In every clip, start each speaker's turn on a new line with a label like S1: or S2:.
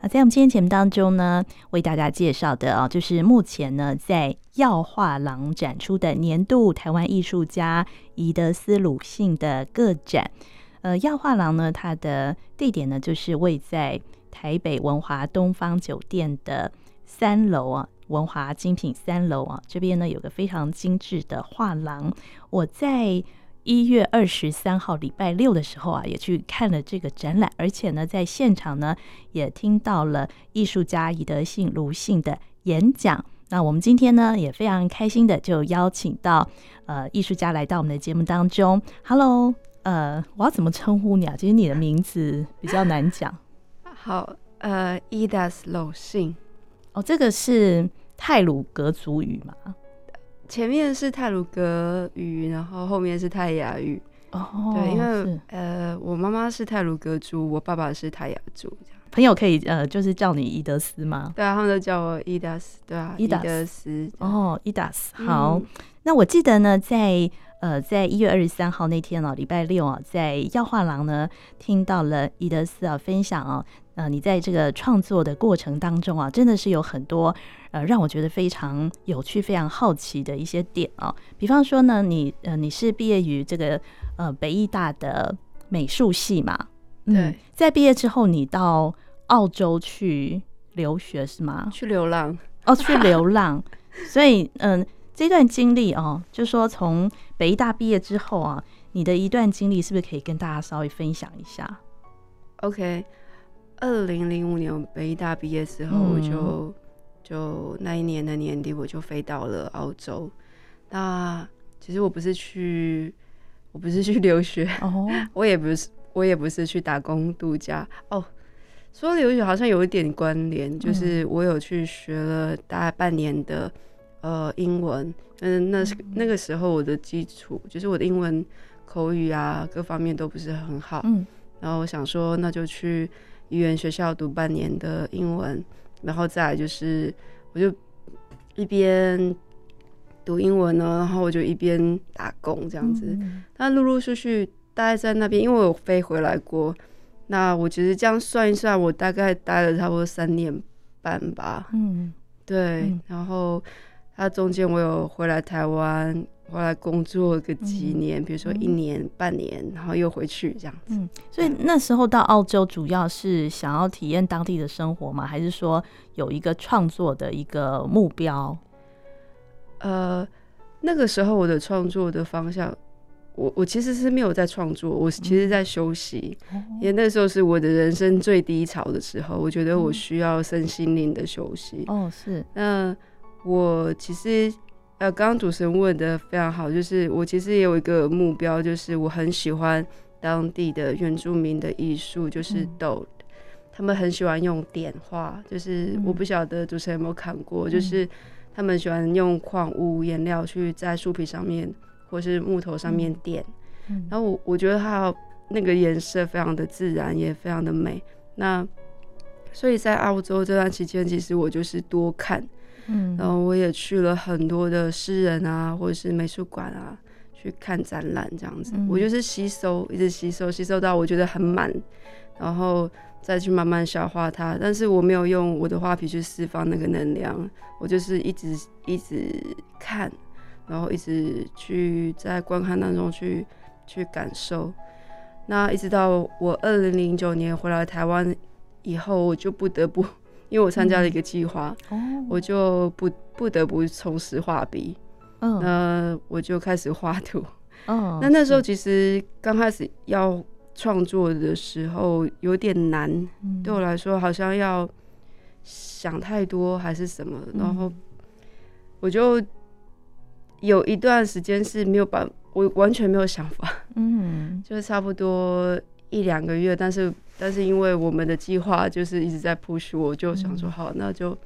S1: 啊，在我们今天节目当中呢，为大家介绍的啊，就是目前呢在耀画廊展出的年度台湾艺术家伊德斯鲁信的个展。呃，耀画廊呢，它的地点呢就是位在台北文华东方酒店的三楼啊，文华精品三楼啊，这边呢有个非常精致的画廊。我在一月二十三号礼拜六的时候啊，也去看了这个展览，而且呢，在现场呢也听到了艺术家伊德信卢信的演讲。那我们今天呢也非常开心的就邀请到呃艺术家来到我们的节目当中。Hello，呃，我要怎么称呼你啊？其实你的名字比较难讲
S2: 好，呃，Edas 鲁信，
S1: 哦，这个是泰鲁格族语嘛？
S2: 前面是泰鲁格语，然后后面是泰雅语。
S1: 哦
S2: 对，因为
S1: 是
S2: 呃，我妈妈是泰鲁格族，我爸爸是泰雅族，这样。
S1: 朋友可以呃就是叫你伊德斯吗？
S2: 对啊，他们都叫我 Edas，对啊，伊
S1: Edas
S2: 德斯。
S1: 哦，伊达斯，
S2: 嗯
S1: 好。那我记得呢，在呃，在一月二十三号那天哦，礼拜六啊，在耀画廊呢，听到了伊德斯啊分享啊，呃，你在这个创作的过程当中啊，真的是有很多呃，让我觉得非常有趣、非常好奇的一些点啊。比方说呢，你呃，你是毕业于这个呃北艺大的美术系嘛？嗯
S2: 对，
S1: 在毕业之后，你到澳洲去留学是吗？
S2: 去流浪。
S1: 哦，去流浪。所以，嗯，这段经历哦，就说从北医大毕业之后啊，你的一段经历是不是可以跟大家稍微分享一下？
S2: OK，二零零五年我北医大毕业之后，
S1: 嗯
S2: 我就就那一年的年底，我就飞到了澳洲。那其实我不是去，我不是去留学，
S1: 哦，
S2: 我也不是，我也不是去打工度假哦。说留学好像有一点关联，就是我有去学了大概半年的呃英文，嗯，那是那个时候我的基础就是我的英文口语啊各方面都不是很好，
S1: 嗯
S2: 然后我想说那就去语言学校读半年的英文，然后再来就是我就一边读英文呢，然后我就一边打工这
S1: 这
S2: 样子，那陆陆续续待在那边，因为我有飞回来过。那我其实这样算一算，我大概待了差不多三年半吧。
S1: 嗯，
S2: 对，
S1: 嗯
S2: 然后它中间我有回来台湾，回来工作个几年，比如说一年、半年，然后又回去这样子。
S1: 嗯所以那时候到澳洲主要是想要体验当地的生活吗？还是说有一个创作的一个目标？
S2: 呃，那个时候我的创作的方向，我我其实是没有在创作，我其实在休息，
S1: 嗯
S2: 因为那时候是我的人生最低潮的时候，我觉得我需要身心灵的休息。
S1: 哦，是，
S2: 那我其实呃，刚刚主持人问的非常好，就是我其实也有一个目标，就是我很喜欢当地的原住民的艺术，就是
S1: 嗯
S2: 豆。他们很喜欢用点画，就是
S1: 嗯
S2: 我不晓得主持人有没有看过，就
S1: 嗯
S2: 是他们喜欢用矿物颜料去在树皮上面或是木头上面
S1: 嗯
S2: 点，
S1: 嗯
S2: 然后我我觉得它那个颜色非常的自然，也非常的美。那所以在澳洲这段期间，其实我就是多看，
S1: 嗯
S2: 然后我也去了很多的诗人啊，或者是美术馆啊，去看展览这样子。
S1: 嗯
S2: 我就是吸收，一直吸收，吸收到我觉得很满，然后再去慢慢消化它。但是我没有用我的画皮去释放那个能量，我就是一直一直看，然后一直去在观看当中去去感受。那一直到我二零零九年回来台湾以后，我就不得不，因为我参加了一个计划，
S1: 哦，
S2: 我就不不得不重拾画笔，
S1: 嗯
S2: 那我就开始画图。
S1: 嗯，
S2: 那那时候其实刚开始要创作的时候有点难，
S1: 嗯
S2: 对我来说好像要想太多还是什么，然
S1: 嗯
S2: 后我就有一段时间是没有办，我完全没有想法，
S1: 嗯
S2: 就是差不多一两个月，但是但是因为我们的计划就是一直在 push，我就想说好，那就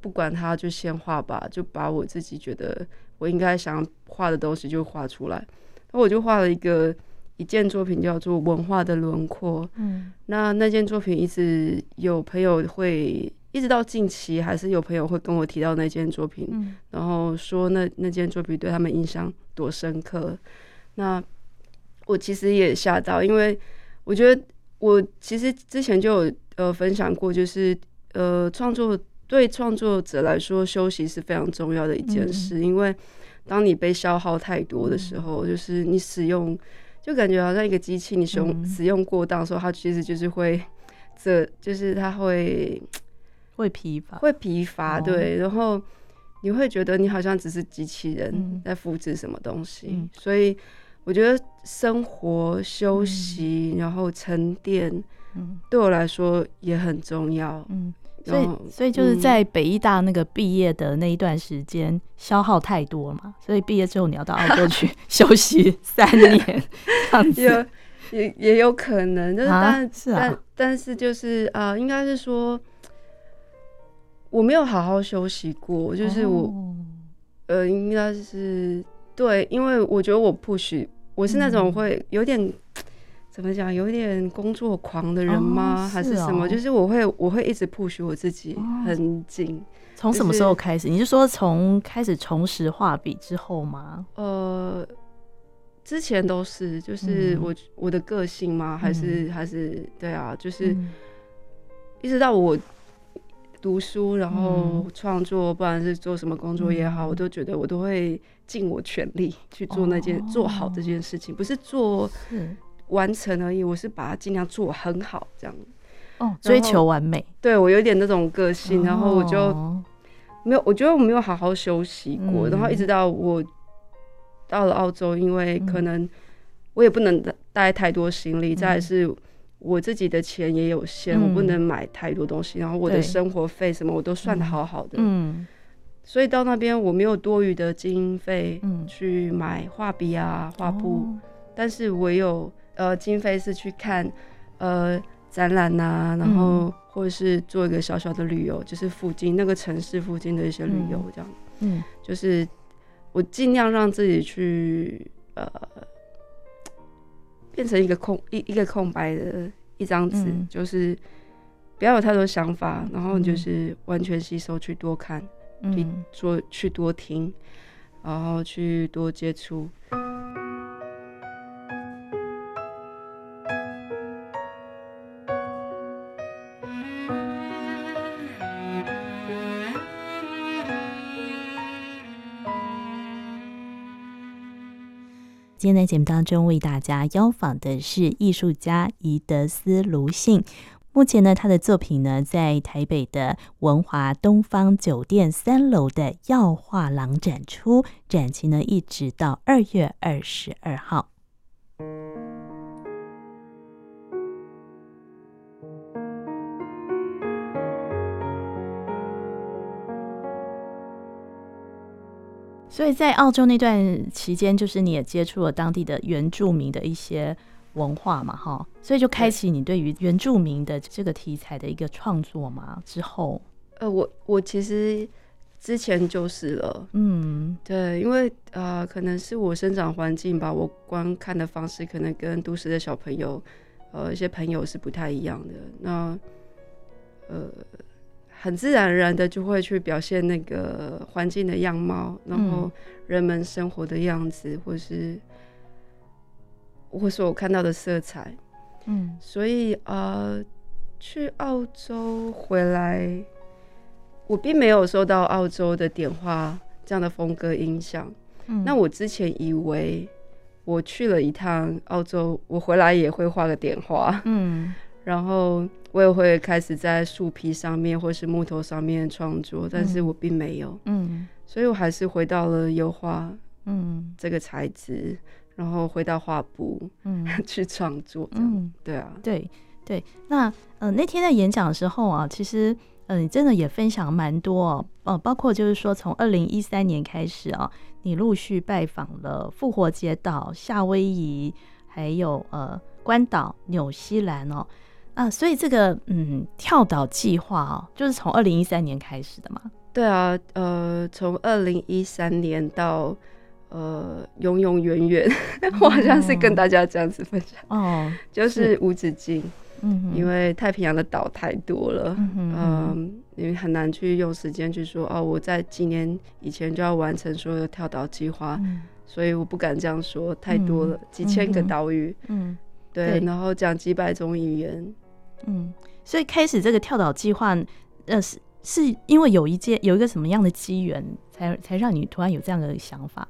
S2: 不管它，就先画吧，就把我自己觉得我应该想画的东西就画出来。那我就画了一个一件作品叫做《文化的轮廓》。
S1: 嗯
S2: 那那件作品一直有朋友会，一直到近期还是有朋友会跟我提到那件作品，
S1: 嗯
S2: 然后说那那件作品对他们印象多深刻。那我其实也吓到，因为我觉得我其实之前就有呃分享过，就是呃创作对创作者来说，休息是非常重要的一件事，因为当你被消耗太多的时候，就是你使用就感觉好像一个机器，你使用、
S1: 嗯
S2: 使用过当的时候，它其实就是会。这就是它会
S1: 会疲乏，
S2: 会疲乏，
S1: 哦
S2: 对，然后你会觉得你好像只是机器
S1: 嗯
S2: 人在复制什么东西，
S1: 嗯
S2: 所以我觉得生活、休息，然后沉淀，
S1: 嗯
S2: 对我来说也很重要。
S1: 嗯，所
S2: 然后
S1: 以所以就是
S2: 嗯
S1: 在北医大那个毕业的那一段时间，消耗太多了嘛，所以毕业之后你要到澳洲 去休息三年，这样子。
S2: 也也也有可能，就是
S1: 啊
S2: 但、
S1: 是啊
S2: 但但是就是啊、呃应该是说我没有好好休息过，就是我、
S1: 哦
S2: 呃，应该是对，因为我觉得我不许，我是那种
S1: 嗯
S2: 会有点怎么讲，有点工作狂的人
S1: 哦
S2: 吗？还
S1: 是
S2: 是什么？
S1: 哦
S2: 就是我会我会一直 push 我自己
S1: 哦
S2: 很紧。
S1: 从什么时候开始？你是说从开始重拾画笔之后吗？
S2: 呃，之前都是，就是
S1: 嗯
S2: 我、我的个性吗？还是、还是对啊，就是
S1: 嗯
S2: 一直到我。读书，然后
S1: 嗯
S2: 创作，不然是做什么工作也好，我
S1: 嗯
S2: 都觉得我都会尽我全力去做那
S1: 哦
S2: 件、做好这件事情，不是做
S1: 是
S2: 完成而已，我是把它尽量做很好这样。
S1: 哦，追求完美。
S2: 对我有点那种个性，然后我就
S1: 哦
S2: 没有，我觉得我没有好好休息过，
S1: 嗯
S2: 然后一直到我到了澳洲，因为可能我也不能带太多行李，再来是我自己的钱也有限，
S1: 嗯
S2: 我不能买太多东西，然后我的
S1: 对
S2: 生活费什么我都算的好好的，
S1: 嗯
S2: 所以到那边我没有多余的经费
S1: 嗯，
S2: 去买画笔啊、画布。
S1: 哦
S2: 但是我有呃经费是去看呃展览呐、然
S1: 嗯
S2: 后或者是做一个小小的旅游，就是附近那个城市附近的一些旅游，这样、
S1: 嗯
S2: 就是我尽量让自己去呃变成一个空一一个空白的一张纸，
S1: 嗯
S2: 就是不要有太多想法，然后
S1: 嗯
S2: 就是完全吸收，去多看，去
S1: 嗯，
S2: 做去多听，然后去多接触。
S1: 今天的节目当中，为大家邀访的是艺术家伊德斯卢信。目前呢，他的作品呢，在台北的文华东方酒店三楼的耀画廊展出，展期呢一直到二月二十二号。所以在澳洲那段期间，就是你也接触了当地的原住民的一些文化嘛，哈，所以就开启你对于原住民的这个题材的一个创作嘛。之后，
S2: 呃，我我其实之前就是了，
S1: 嗯
S2: 对，因为呃，可能是我生长环境吧，我观看的方式可能跟都市的小朋友，呃，一些朋友是不太一样的。那呃，很自然而然的就会去表现那个环境的样貌，然后人们生活的样子，或是或是我看到的色彩。
S1: 嗯
S2: 所以呃，去澳洲回来，我并没有受到澳洲的点画这样的风格影响。
S1: 嗯
S2: 那我之前以为我去了一趟澳洲，我回来也会画个点画，
S1: 嗯
S2: 然后我也会开始在树皮上面或是木头上面创作，但是
S1: 嗯
S2: 我并没有，
S1: 嗯
S2: 所以我还是回到了油画
S1: 嗯
S2: 这个材质，然后回到画布
S1: 嗯
S2: 去创作。这样、
S1: 嗯，
S2: 对啊，
S1: 对对。那呃，那天在演讲的时候啊，其实呃，你真的也分享蛮多哦，呃，包括就是说从二零一三年开始啊，你陆续拜访了复活节岛、夏威夷，还有呃关岛、纽西兰哦。啊，所以这个嗯跳岛计划哦，就是从二 零一三年开始的嘛。
S2: 对啊，呃，从二零一三年到呃永永远远，我好像是跟大家这样子分享，
S1: 哦，
S2: 就是无止境，
S1: 嗯哼，
S2: 因为太平洋的岛太多了，
S1: 嗯哼嗯
S2: 嗯，你很难去用时间去说哦，我在几年以前就要完成所有的跳岛计划，
S1: 嗯
S2: 所以我不敢这样说，太多了，几千个
S1: 嗯哼
S2: 岛屿，
S1: 嗯
S2: 对，
S1: 对
S2: 然后讲几百种语言，
S1: 嗯，所以开始这个跳岛计划，呃，是是因为有一件有一个什么样的机缘，才才让你突然有这样的想法？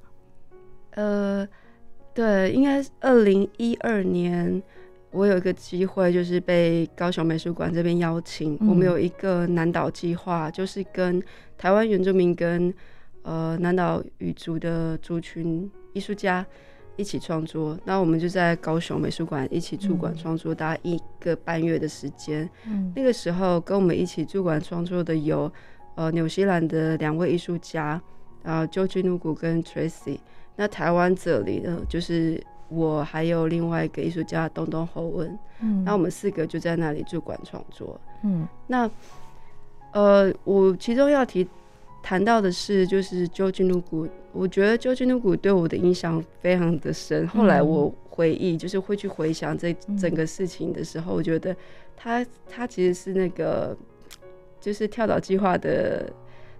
S2: 呃，对，应该是二零一二年，我有一个机会，就是被高雄美术馆这边邀请，我们
S1: 嗯
S2: 有一个南岛计划，就是跟台湾原住民跟呃南岛语族的族群艺术家。一起创作，那我们就在高雄美术馆一起驻馆
S1: 嗯
S2: 创作，大概一个半月的时间。
S1: 嗯
S2: 那个时候跟我们一起驻馆创作的有，呃，纽西兰的两位艺术家，呃，George Nugu 跟 Tracy。那台湾这里呢，就是我还有另外一个艺术家东东侯文。
S1: 嗯
S2: 那我们四个就在那里驻馆创作。
S1: 嗯
S2: 那，呃，我其中要提谈到的是，就是究竟路谷，我觉得究竟路谷对我的影响非常的深。后来我回忆，就是会去回想这
S1: 嗯
S2: 整个事情的时候，我觉得他他其实是那个就是跳岛计划的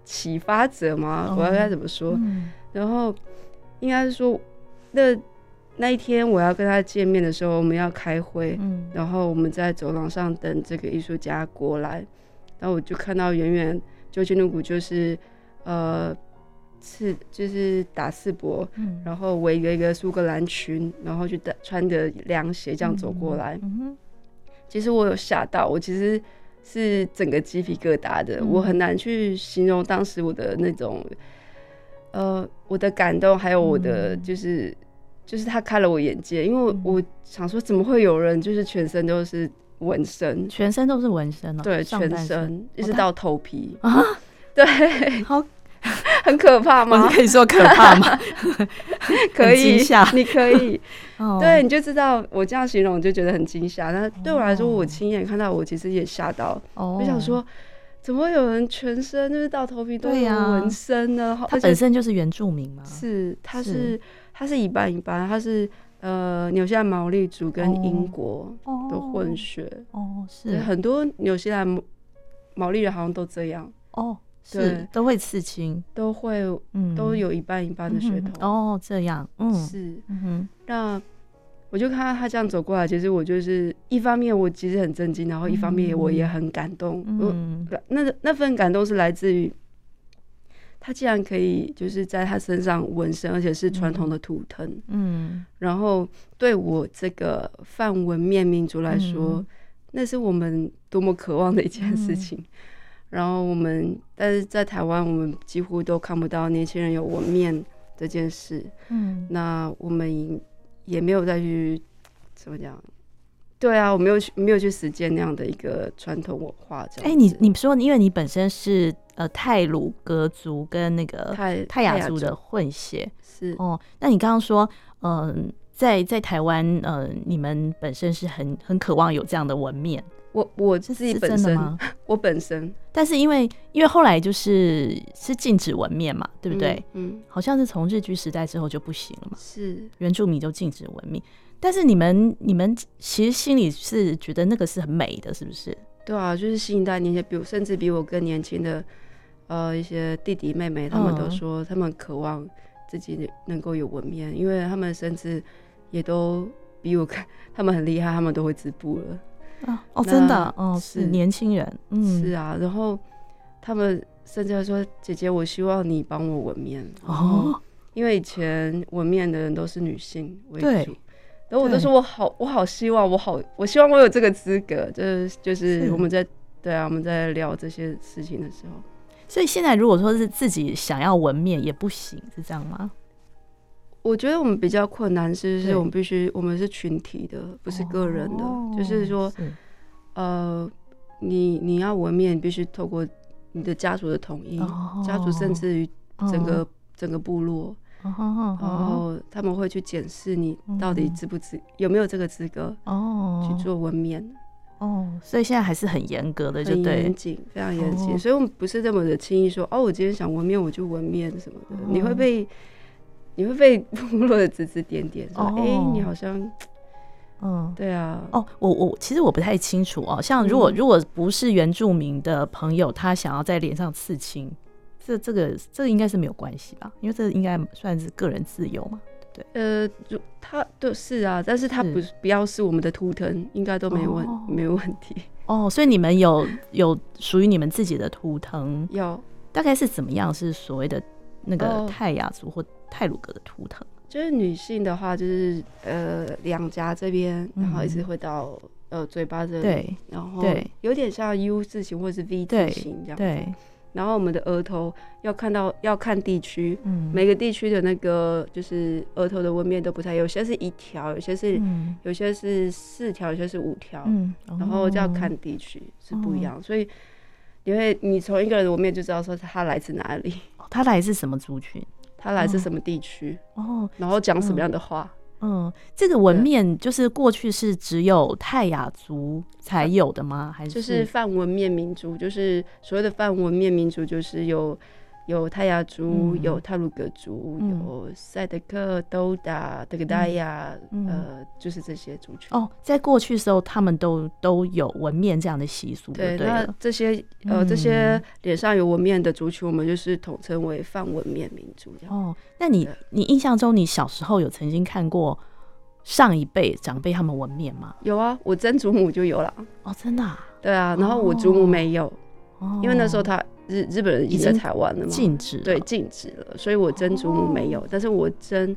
S2: 启发者嘛，
S1: 哦
S2: 我要该怎么说？
S1: 嗯
S2: 然后应该是说，那那一天我要跟他见面的时候，我们要开会，
S1: 嗯
S2: 然后我们在走廊上等这个艺术家过来，然后我就看到远远就金鹿谷就是呃赤就是打赤膊，
S1: 嗯
S2: 然后围一个一个苏格兰裙，然后就带穿着凉鞋这样走过来。
S1: 嗯哼
S2: 其实我有吓到，我其实是整个鸡皮疙瘩的，
S1: 嗯
S2: 我很难去形容当时我的那种，呃，我的感动，还有我的
S1: 嗯
S2: 就是、就是他开了我眼界，因为
S1: 嗯
S2: 我想说怎么会有人就是全身都是纹身，
S1: 全身都是纹身哦，
S2: 对，
S1: 上
S2: 全
S1: 半
S2: 身一
S1: 哦
S2: 直
S1: 他
S2: 到头皮，
S1: 啊，
S2: 对，
S1: 好，
S2: 很可怕
S1: 我
S2: 吗？
S1: 可以说可怕吗？
S2: 可以
S1: 惊吓，
S2: 你可以，
S1: 哦
S2: 对，，你就知道我这样形容，我就觉得很惊吓。但对我来说，
S1: 哦
S2: 我亲眼看到，我其实也吓到。
S1: 哦
S2: 我想，说，怎么会有人全身就是到头皮都
S1: 对
S2: 有
S1: 呀
S2: 纹身呢？好
S1: 他
S2: 而且
S1: 本身就是原住民嘛，
S2: 是，他
S1: 是
S2: 是他是一半一半，他是呃纽西兰毛利族跟
S1: 哦
S2: 英国
S1: 哦
S2: 的混血，
S1: 哦，
S2: 对
S1: 是
S2: 很多纽西兰毛毛利人好像都这样，
S1: 哦，
S2: 对
S1: 是都会刺青，
S2: 都会
S1: 嗯，
S2: 都有一半一半的血
S1: 嗯
S2: 统。
S1: 哼哦，这样，嗯，
S2: 是，
S1: 嗯哼，
S2: 那我就看到他这样走过来，其实我就是一方面我其实很震惊，然后一方面我也很感动，我
S1: 嗯
S2: 对那那份感动是来自于他竟然可以就是在他身上纹身，而且是传统的图腾。
S1: 嗯
S2: 然后对我这个泛文面民族来说，
S1: 嗯
S2: 那是我们多么渴望的一件事情。然后我们，但是在台湾，我们几乎都看不到年轻人有纹面这件事。
S1: 嗯
S2: 那我们也没有再去怎么讲？对啊，我没有去没有去实践那样的一个传统文化。这样子，
S1: 哎、你你说，因为你本身是呃泰鲁格族跟那个
S2: 泰
S1: 泰雅族的混血
S2: 是
S1: 哦，那你刚刚说，嗯、在在台湾，呃，你们本身是很很渴望有这样的文面，
S2: 我我
S1: 是
S2: 自己
S1: 是
S2: 本
S1: 真的
S2: 身，
S1: 吗？
S2: 我本身
S1: 但是因为因为后来就是是禁止文面嘛，对不对？？
S2: 嗯，嗯
S1: 好像是从日据时代之后就不行了嘛，
S2: 是
S1: 原住民就禁止文面。但是你们你们其实心里是觉得那个是很美的，是不是？
S2: 对啊，就是新一代年轻，比我甚至比我更年轻的，呃，一些弟弟妹妹，他们都
S1: 嗯
S2: 说他们渴望自己能够有文面，因为他们甚至也都比我更，他们很厉害，他们都会织布了。
S1: 啊，哦，
S2: 那
S1: 真的，哦，是
S2: 是
S1: 年轻人，嗯，
S2: 是啊，然后他们甚至还说：“姐姐，我希望你帮我纹面。”
S1: 哦，，
S2: 因为以前纹面的人都是女性为
S1: 对
S2: 主，然后我
S1: 对
S2: 都说我好，我好希望，我好，我希望我有这个资格。就是就是
S1: 是
S2: 我们在对啊，我们在聊这些事情的时候，
S1: 所以现在如果说是自己想要纹面也不行，是这样吗？
S2: 我觉得我们比较困难是，
S1: 对
S2: 是我们必须我们是群体的，不是个人的，
S1: 哦
S2: 就是说，呃，你你要纹面，你必须透过你的家族的统一，
S1: 哦
S2: 家族甚至于整个、
S1: 哦
S2: 整个部落。
S1: 哦哦
S2: 然后他们会去检视你到底
S1: 嗯
S2: 资不资、有没有这个资格
S1: 哦
S2: 去做纹面，
S1: 哦，所以现在还是很严格的，就
S2: 很
S1: 对
S2: 严，谨，非常严谨。
S1: 哦
S2: 所以我们不是这么的轻易说哦，我今天想纹面我就纹面什么的，
S1: 哦
S2: 你会被你会被 部落的指指点点，说：“哎、
S1: 哦
S2: 你好像
S1: 嗯。
S2: 对啊。”
S1: 哦，我我其实我不太清楚哦。像如果、
S2: 嗯
S1: 如果不是原住民的朋友，他想要在脸上刺青，这这个这个应该是没有关系吧？因为这应该算是个人自由嘛。
S2: 呃，如他对是啊，但是他
S1: 是
S2: 不是不要是我们的图腾，应该都没问、
S1: 哦
S2: 没问题。
S1: 哦，所以你们有有属于你们自己的图腾，
S2: 要
S1: 大概是怎么样？是所谓的那个
S2: 哦
S1: 泰雅族或泰鲁格的图腾？
S2: 就是女性的话，就是呃两颊这边，然后一直
S1: 嗯
S2: 会到、呃嘴巴这里，
S1: 对
S2: 然后
S1: 对
S2: 有点像 U 字形或是 V
S1: 对
S2: 字形这样。
S1: 对，
S2: 然后我们的额头要看到要看地区，
S1: 嗯，
S2: 每个地区的那个就是额头的纹面都不太，有些是一条，有些是、
S1: 嗯
S2: 有些是四条，有些是五条，
S1: 嗯，
S2: 然后就要
S1: 哦
S2: 看地区是不一样，所以你会你从一个人的纹面就知道说他来自哪 里，
S1: 哦他来自什么族群？
S2: 他来自什么地区，
S1: 哦，
S2: 然后讲什么样的话。
S1: 嗯，这个纹
S2: 对
S1: 面就是过去是只有泰雅族才有的吗？还是
S2: 就是泛文面民族，就是所谓的泛文面民族，就是有有泰雅族、
S1: 嗯
S2: 有泰鲁格族、
S1: 嗯
S2: 有赛德克、都达、德格达亚，
S1: 嗯
S2: 呃，就是这些族群。
S1: 哦，在过去的时候，他们都都有纹面这样的习俗，
S2: 对，
S1: 对
S2: 那
S1: 了。
S2: 这些呃这些
S1: 嗯
S2: 脸上有纹面的族群，我们就是统称为泛文面民族这样。
S1: 哦，那你
S2: 对
S1: 你印象中，你小时候有曾经看过上一辈长辈他们纹面吗？
S2: 有啊，我曾祖母就有啦。
S1: 哦，真的、啊，
S2: 对啊，然后我祖母
S1: 哦
S2: 没有，
S1: 哦，
S2: 因为那时候他日日本人已经在
S1: 已经
S2: 台湾了嘛，
S1: 禁止了哦
S2: 对，禁止了，所以我曾祖母没有，但是我曾，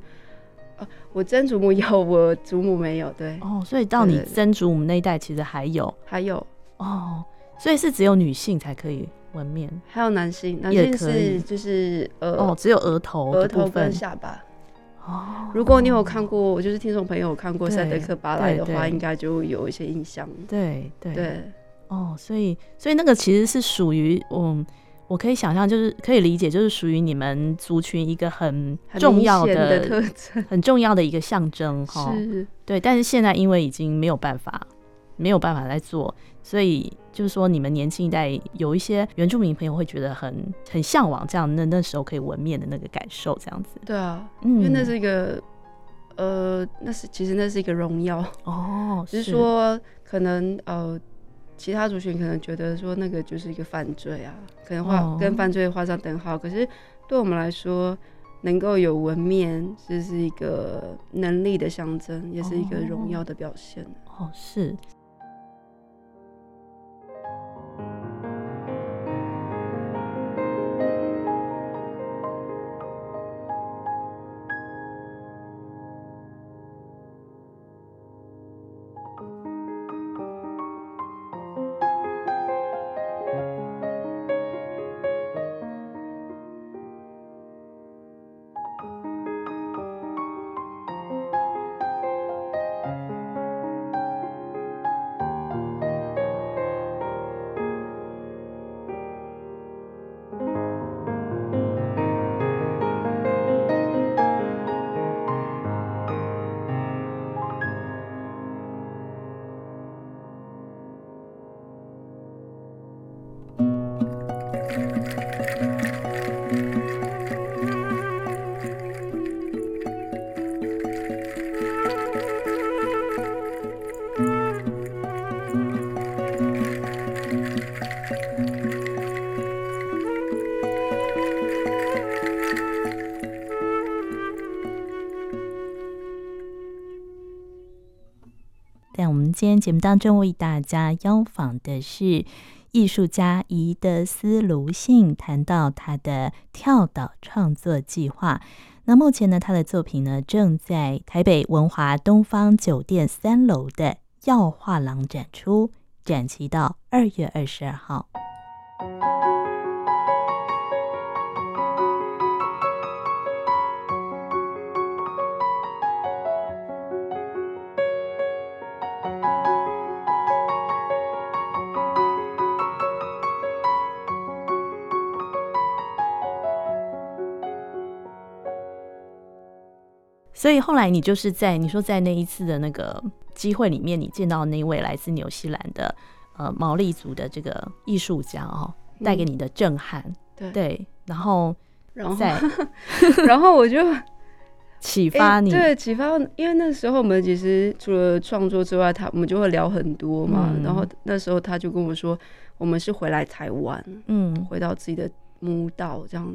S2: 啊，我曾祖母有， 我祖母没有，对，
S1: 哦，所以到你
S2: 对对对
S1: 曾祖母那一代，其实还有
S2: 还有
S1: 哦，所以是只有女性才可以纹面
S2: 还有男性，男
S1: 也
S2: 性
S1: 可以
S2: 是就是呃、
S1: 哦，只有额头
S2: 额
S1: 的部
S2: 头跟
S1: 分
S2: 下巴。
S1: 哦。
S2: 如果你有看过，我就是听众朋友有看过
S1: 对
S2: 赛德克巴莱的
S1: 对
S2: 话，
S1: 对
S2: 应该就有一些印象。
S1: 对对
S2: 对，
S1: 哦，所以所以那个其实是属于嗯，我可以想象，就是可以理解，就是属于你们族群一个很
S2: 很
S1: 重
S2: 明
S1: 要
S2: 显
S1: 的、哦
S2: 的特征
S1: 很重要的一个象征哈。
S2: 是，
S1: 对，但是现在因为已经没有办法，没有办法再做，所以就是说，你们年轻一代有一些原住民朋友会觉得很很向往这样那那时候可以纹面的那个感受，这样子。
S2: 对啊，
S1: 嗯
S2: 因为那是一个。呃，那是其实那是一个荣耀，
S1: 哦，
S2: 只是说可能呃，其他族群可能觉得说那个就是一个犯罪啊，可能画、
S1: 哦
S2: 跟犯罪画上等号。可是对我们来说，能够有纹面，这是一个能力的象征，也是一个荣耀的表现。
S1: 哦，是。在我们今天节目当中，为大家邀访的是艺术家宜德斯卢信，谈到他的跳岛创作计划。那目前呢，他的作品呢正在台北文华东方酒店三楼的耀画廊展出，展期到二月二十二号。所以后来你就是在你说在那一次的那个机会里面，你见到那位来自纽西兰的呃毛利族的这个艺术家哦，带给你的震撼。
S2: 嗯对
S1: 对，然后
S2: 嗯然后，
S1: 在
S2: 然后我就
S1: 启
S2: 诶
S1: 发你？
S2: 哎对，启发我，因为那时候我们其实除了创作之外，他我们就会聊很多嘛。
S1: 嗯
S2: 然后那时候他就跟我说，我们是回来台湾，
S1: 嗯，
S2: 回到自己的母岛这样。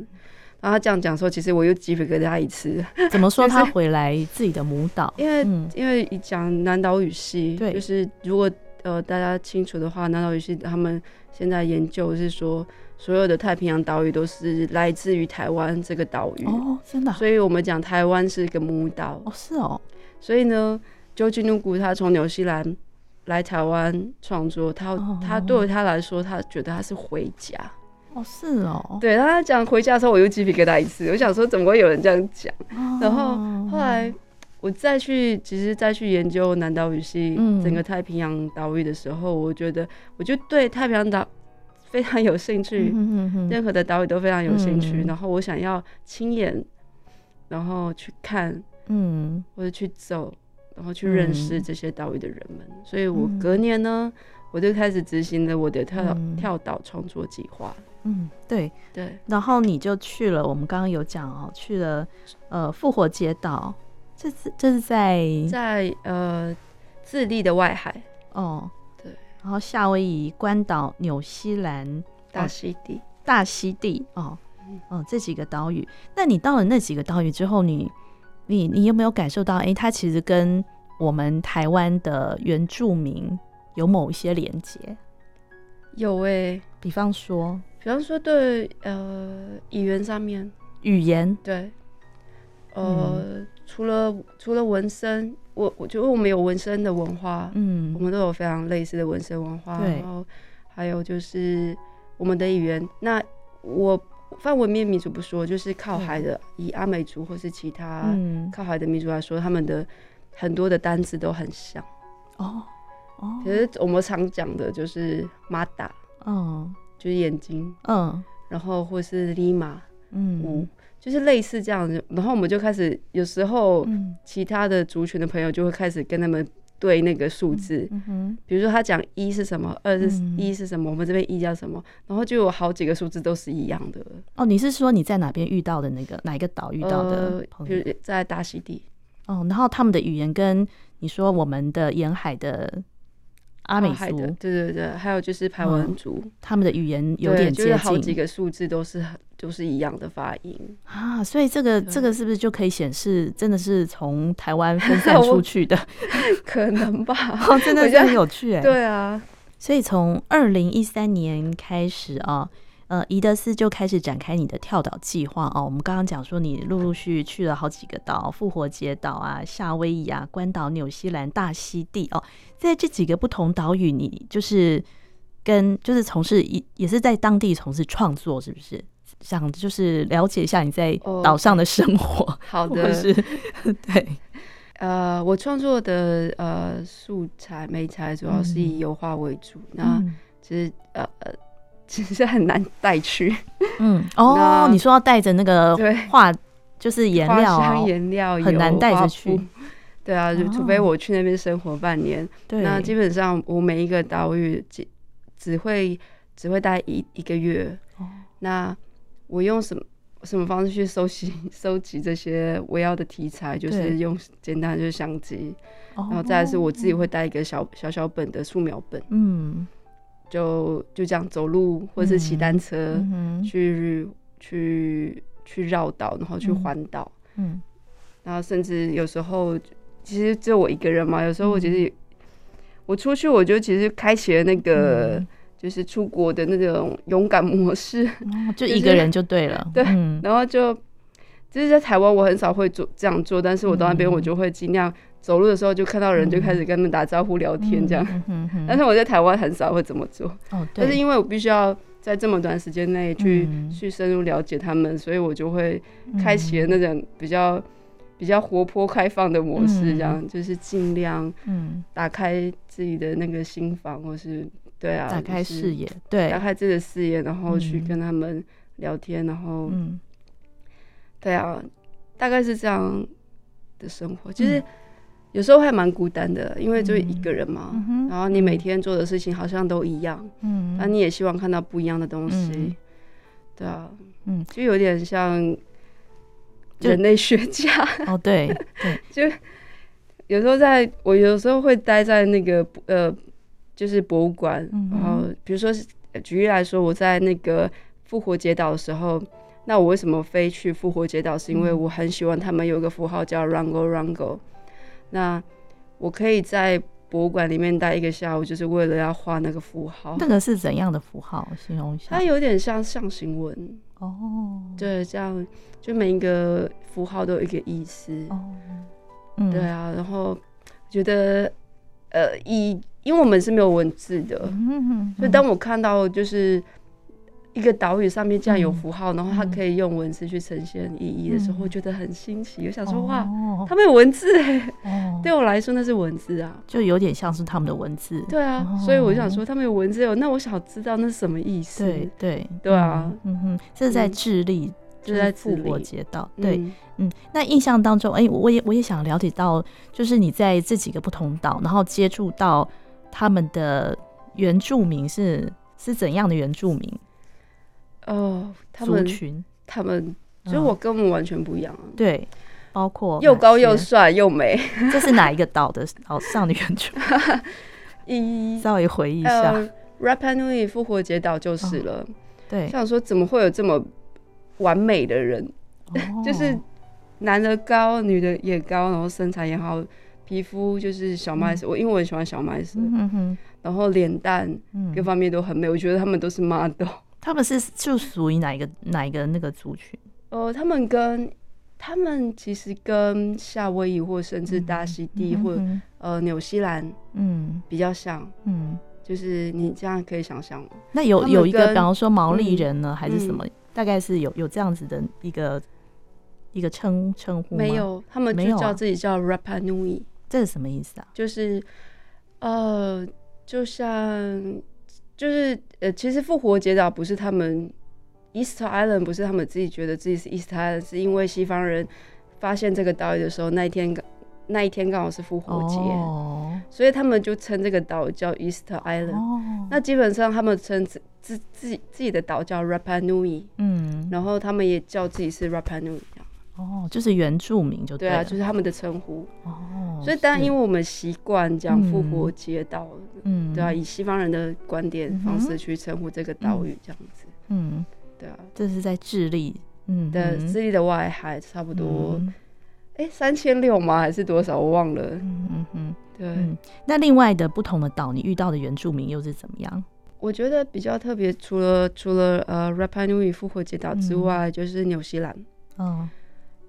S2: 然后他这样讲的时候，其实我又鸡皮疙瘩一次，
S1: 怎么说
S2: 就是
S1: 他回来自己的母岛？
S2: 因为、
S1: 嗯
S2: 因为一讲南岛语系，
S1: 对
S2: 就是如果呃大家清楚的话，南岛语系他们现在研究是说，所有的太平洋岛屿都是来自于台湾这个岛屿，
S1: 哦，真的啊
S2: 嗯所以我们讲台湾是一个母岛。
S1: 哦，是哦，
S2: 所以呢，究竟努古他从纽西兰来台湾创作，他
S1: 哦
S2: 他对他来说，他觉得他是回家。
S1: 哦是哦，
S2: 对，他讲回家的时候，我又鸡皮疙瘩一次。我想说，怎么会有人这样讲？
S1: 哦
S2: 然后后来我再去，其实再去研究南岛语系
S1: 嗯
S2: 整个太平洋岛屿的时候，我觉得我就对太平洋岛非常有兴趣。
S1: 嗯嗯嗯
S2: 任何的岛屿都非常有兴趣，
S1: 嗯
S2: 然后我想要亲眼，然后去看，
S1: 嗯，
S2: 或者去走，然后去认识
S1: 嗯
S2: 这些岛屿的人们。所以我
S1: 嗯
S2: 隔年呢，我就开始执行了我的跳、
S1: 嗯
S2: 跳岛创作计划。
S1: 嗯，对，
S2: 对，
S1: 然后你就去了，我们刚刚有讲哦，去了呃复活节岛，这是这是在
S2: 在呃智利的外海
S1: 哦
S2: 对，
S1: 然后夏威夷、关岛、纽西兰、
S2: 大溪地，
S1: 大溪地哦
S2: 嗯
S1: 哦这几个岛屿，那你到了那几个岛屿之后，你你你有没有感受到，哎，它其实跟我们台湾的原住民有某一些连接？
S2: 有诶、
S1: 比方说
S2: 比方说对呃语言上面，
S1: 语言，
S2: 对，呃、
S1: 嗯
S2: 除了除了纹身，我我觉得我们有纹身的文化，我
S1: 嗯
S2: 们都有非常类似的纹身文化，
S1: 对
S2: 然后还有就是我们的语言。那我范围面民族不说，就是靠海的，以阿美族或是其他
S1: 嗯
S2: 靠海的民族来说，他们的很多的单字都很像。
S1: 哦哦
S2: 其实我们常讲的就是马达，
S1: 嗯
S2: 就是眼睛，
S1: 嗯
S2: 然后或是利马
S1: 嗯
S2: 五，就是类似这样子。然后我们就开始有时候
S1: 嗯
S2: 其他的族群的朋友就会开始跟他们对那个数字，
S1: 嗯哼
S2: 比如说他讲一是什么，二是
S1: 嗯
S2: 一是什么，我们这边一叫什么，然后就有好几个数字都是一样的。
S1: 哦，你是说你在哪边遇到的那个哪一个岛遇到的
S2: 呃，
S1: 朋
S2: 比
S1: 友？
S2: 如在大溪地，
S1: 哦，然后他们的语言跟你说我们的沿海的阿美
S2: 靠海的
S1: 族，
S2: 对对对，还有就是排湾族，
S1: 他们的语言有
S2: 对
S1: 点
S2: 就是
S1: 接
S2: 好几
S1: 近
S2: 个数字都是很都是一样的发音。
S1: 啊，所以这个
S2: 对
S1: 这个是不是就可以显示真的是从台湾分散
S2: 我
S1: 出去的？
S2: 可能吧。
S1: 哦，真的
S2: 我
S1: 是
S2: 觉得
S1: 很有趣哎。
S2: 对啊，
S1: 所以从二零一三年开始啊，呃，伊德斯就开始展开你的跳岛计划哦。我们刚刚讲说，你陆陆续续去了好几个岛，复活节岛啊、夏威夷啊、关岛、纽西兰、大溪地哦，在这几个不同岛屿，你就是跟就是从事也也是在当地从事创作，是不是？想就是了解一下你在
S2: 哦
S1: 岛上的生活，
S2: 好
S1: 或者
S2: 的。
S1: 是 对，
S2: 呃，我创作的呃素材媒材主要是以油画为主，那
S1: 嗯
S2: 其实呃呃，其实很难带去，
S1: 嗯，哦
S2: 那，
S1: 你说要带着那个
S2: 对。
S1: 画，就是颜
S2: 花
S1: 料
S2: 香
S1: 哦、
S2: 颜料
S1: 很
S2: 油
S1: 难带着
S2: 花
S1: 去
S2: 布。对啊，就
S1: 哦
S2: 除非我去那边生活半年，
S1: 对，
S2: 那基本上我每一个岛屿只只会只会待一一个月。
S1: 哦
S2: 那我用什么什么方式去收集收集这些我要的题材？就
S1: 对哦
S2: 是用简单的就是相机，
S1: 然
S2: 然后再来是我自己会带一个小小小本的素描本，
S1: 嗯，
S2: 就就这样走路或是骑
S1: 嗯
S2: 单车
S1: 嗯哼
S2: 去去去绕岛，然后去
S1: 嗯
S2: 环岛。
S1: 嗯
S2: 然后甚至有时候其实只有我一个人嘛，有时候我
S1: 嗯
S2: 其实、我出去，我就其实开启了那个、
S1: 嗯
S2: 就是出国的那种勇敢模式，
S1: 哦就
S2: 就
S1: 一个
S2: 是
S1: 人就对了，
S2: 对
S1: 嗯
S2: 然后就就是在台湾我很少会做这样做，但是我到那边
S1: 嗯
S2: 我就会尽量走路的时候就看到人
S1: 嗯
S2: 就开始跟他们打招呼聊天这样，，
S1: 嗯嗯哼
S2: 但
S1: 哼
S2: 是我在台湾很少会这么做，
S1: 哦，
S2: 但是
S1: 对，
S2: 因为我必须要。在这么短时间内去、
S1: 嗯
S2: 去深入了解他们，所以我就会开启了那种比较比较活泼开放的模式，这样、就是尽量
S1: 嗯，
S2: 打开自己的那个心房，或是对啊，
S1: 打开
S2: 就是
S1: 视野，
S2: 打
S1: 对，
S2: 开自己的视野，然后去
S1: 嗯
S2: 跟他们聊天，然后、
S1: 嗯
S2: 对啊，大概是这样的生活，就是。
S1: 嗯
S2: 有时候还蛮孤单的，因为就一个人嘛，
S1: 嗯哼
S2: 然后你每天做的事情好像都一样，
S1: 嗯，
S2: 啊那、你也希望看到不一样的东西，
S1: 嗯
S2: 对啊，
S1: 嗯
S2: 就有点像
S1: 就
S2: 人类学家，
S1: 哦，对 对，
S2: 有时候在我有时候会待在那个呃，就是博物馆，
S1: 嗯哼
S2: 然后比如说是呃举例来说，我在那个复活节岛的时候，那我为什么非去复活节岛？是因为
S1: 嗯
S2: 我很喜欢他们有一个符号叫 Rango Rango，那我可以在博物馆里面待一个下午，就是为了要画那个符号
S1: 那。个是怎样的符号？形容一下
S2: 它。有点像象形文，
S1: 哦，
S2: 对，这样就每一个符号都有一个意思。
S1: 哦，嗯，
S2: 对，啊，然后觉得呃，以因为我们是没有文字的，
S1: 嗯，
S2: 所以当我看到就是一个岛屿上面竟然有
S1: 嗯
S2: 符号，然后它
S1: 嗯
S2: 可以用文字去呈现意义的时候，
S1: 嗯
S2: 我觉得很新奇，我想
S1: 我
S2: 说、哇，
S1: 哦
S2: 他们有文字 哎，
S1: 哦
S2: 对我来说那是文字啊。
S1: 就有点像是他们的文字，
S2: 对啊，
S1: 哦
S2: 所以我就想说，他们有文字哦，那我想知道那是什么意思。
S1: 对，对
S2: 对啊
S1: 嗯嗯哼，这是在
S2: 嗯
S1: 智利，
S2: 就在
S1: 复
S2: 智
S1: 活
S2: 利
S1: 节岛，对，
S2: 嗯
S1: 嗯，那印象当中，哎、我也我也想了解到，就是你在这几个不同岛，然后接触到他们的原住民是是怎样的原住民
S2: 哦，他
S1: 族
S2: 们
S1: 群？
S2: 他们，
S1: 嗯
S2: 就是我跟我们完全不一样啊，
S1: 对，包括
S2: 又
S1: 哪
S2: 高又
S1: 些，
S2: 帅又美，
S1: 这是哪一个岛的岛上的原住民？
S2: 一哦
S1: 稍微回忆一下，
S2: 呃，Rapa Nui 复活节岛就是了。
S1: 对，
S2: 想说怎么会有这么完美的人？ 就是
S1: 哦
S2: 男的高，女的也高，然后身材也好，皮肤就是小麦色。我因为我很喜欢小麦色，
S1: 嗯哼哼，
S2: 然后脸蛋各
S1: 嗯，
S2: 方面都很美。我觉得他们都是 model。
S1: 他们是就属于哪一个哪一个那个族群？
S2: 呃，他们跟他们其实跟夏威夷或甚至大溪地、或
S1: 嗯
S2: 呃纽西兰
S1: 嗯
S2: 比较像，
S1: 嗯，
S2: 就是你这样可以想象吗？
S1: 那有
S2: 他们
S1: 有一个，比
S2: 跟
S1: 方说毛利
S2: 嗯
S1: 人呢，还是什么？大概是有有这样子的一个一个称称呼吗
S2: 没，有，他们
S1: 没有
S2: 就
S1: 啊
S2: 叫自己叫 Rapa Nui。
S1: 这是什么意思啊？
S2: 就是呃，就像就是呃，其实复活节岛不是他们 East Island，不是他们自己觉得自己是 East Island，是因为西方人发现这个岛屿的时候，那一天刚那一天刚好是复活节，
S1: 哦
S2: 所以他们就称这个岛叫 East Island。
S1: 哦，
S2: 那基本上他们称自自自己自己的岛叫 Rapa Nui，
S1: 嗯
S2: 然后他们也叫自己是 Rapa Nui，这样
S1: 哦，就是原住民就
S2: 对
S1: 了
S2: 啊，就是他们的称呼。
S1: 哦，
S2: 所以当然，因
S1: 为
S2: 为我们习惯讲复
S1: 嗯
S2: 活节岛，
S1: 嗯
S2: 对啊，以西方人的观点方
S1: 嗯
S2: 式去称呼这个岛屿，这样子，
S1: 嗯，
S2: 对啊，
S1: 这是在智利，嗯
S2: 的智利的外海差不
S1: 不
S2: 多，哎，三千六吗？还是多少？我忘了。
S1: 嗯嗯嗯，
S2: 对，
S1: 嗯那另外的不同的岛，你遇到的原住民又是怎么样？
S2: 我觉得比较特别，除了除了呃 Rapa Nui 复活节岛之外，就是纽西兰。
S1: 嗯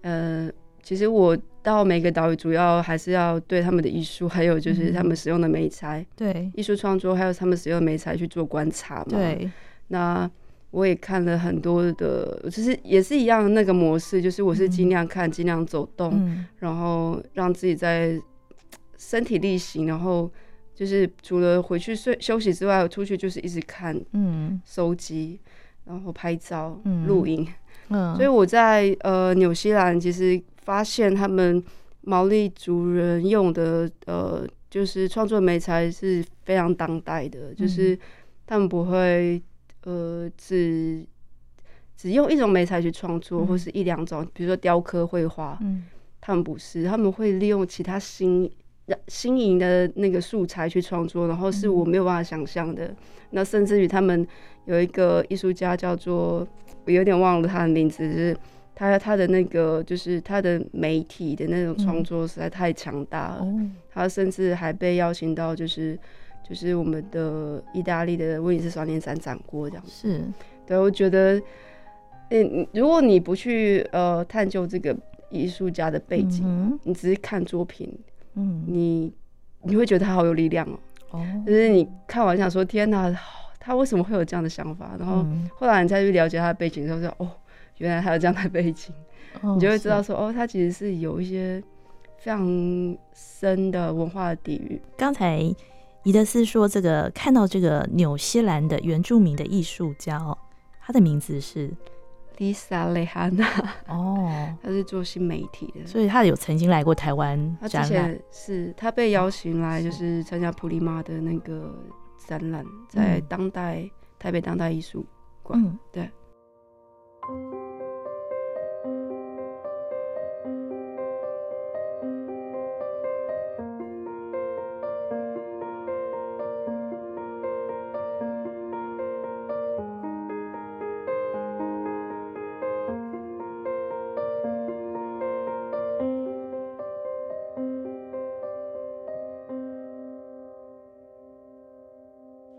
S2: 呃，其实我到每个岛屿，主要还是要对他们的艺术，还有
S1: 嗯
S2: 就是他们使用的媒材、
S1: 对
S2: 艺术创作，还有他们使用的媒材去做观察嘛。
S1: 对，
S2: 那我也看了很多的，就是也是一样那个模式，就是我是尽量看，尽、量走动，
S1: 嗯
S2: 然后让自己在身体力行，然后就是除了回去睡休息之外，我出去就是一直看、
S1: 嗯
S2: 收集，然后拍照
S1: 嗯、
S2: 录影。
S1: 嗯，
S2: 所以我在呃纽西兰其实发现他们毛利族人用的呃就是创作媒材是非常当代的，
S1: 嗯
S2: 就是他们不会呃只只用一种媒材去创作，
S1: 嗯
S2: 或是一两种，比如说雕刻、绘画，
S1: 嗯
S2: 他们不是，他们会利用其他新。新颖的那个素材去创作，然后是我没有办法想象的。那甚至于他们有一个艺术家叫做，我有点忘了他的名字，就是他他的那个就是他的媒体的那种创作实在太强大了。
S1: 哦
S2: 他甚至还被邀请到就是就是我们的意大利的威尼斯双年展展过这样子。
S1: 是
S2: 对，我觉得，嗯，如果你不去呃探究这个艺术家的背景，
S1: 嗯
S2: 你只是看作品，
S1: 嗯
S2: 你你会觉得他好有力量哦、
S1: 哦
S2: 就是你看完想说天哪，他为什么会有这样的想法？然后
S1: 嗯
S2: 后来你再去了解他的背景之后说，哦，原来他有这样的背景，
S1: 哦
S2: 你就会
S1: 是
S2: 知道说，哦，他其实是有一些非常深的文化的底蕴。
S1: 刚才伊德斯说，这个看到这个纽西兰的原住民的艺术家哦，他的名字是
S2: Lisa 蕾哈娜，
S1: 哦，
S2: 她是做新媒体的，
S1: 所以他有曾经来过台湾
S2: 他之
S1: 展览，哦
S2: 前是他被邀请来，就是参加普利马的那个展览，在
S1: 嗯
S2: 当代台北当代艺术馆。
S1: 嗯，
S2: 对。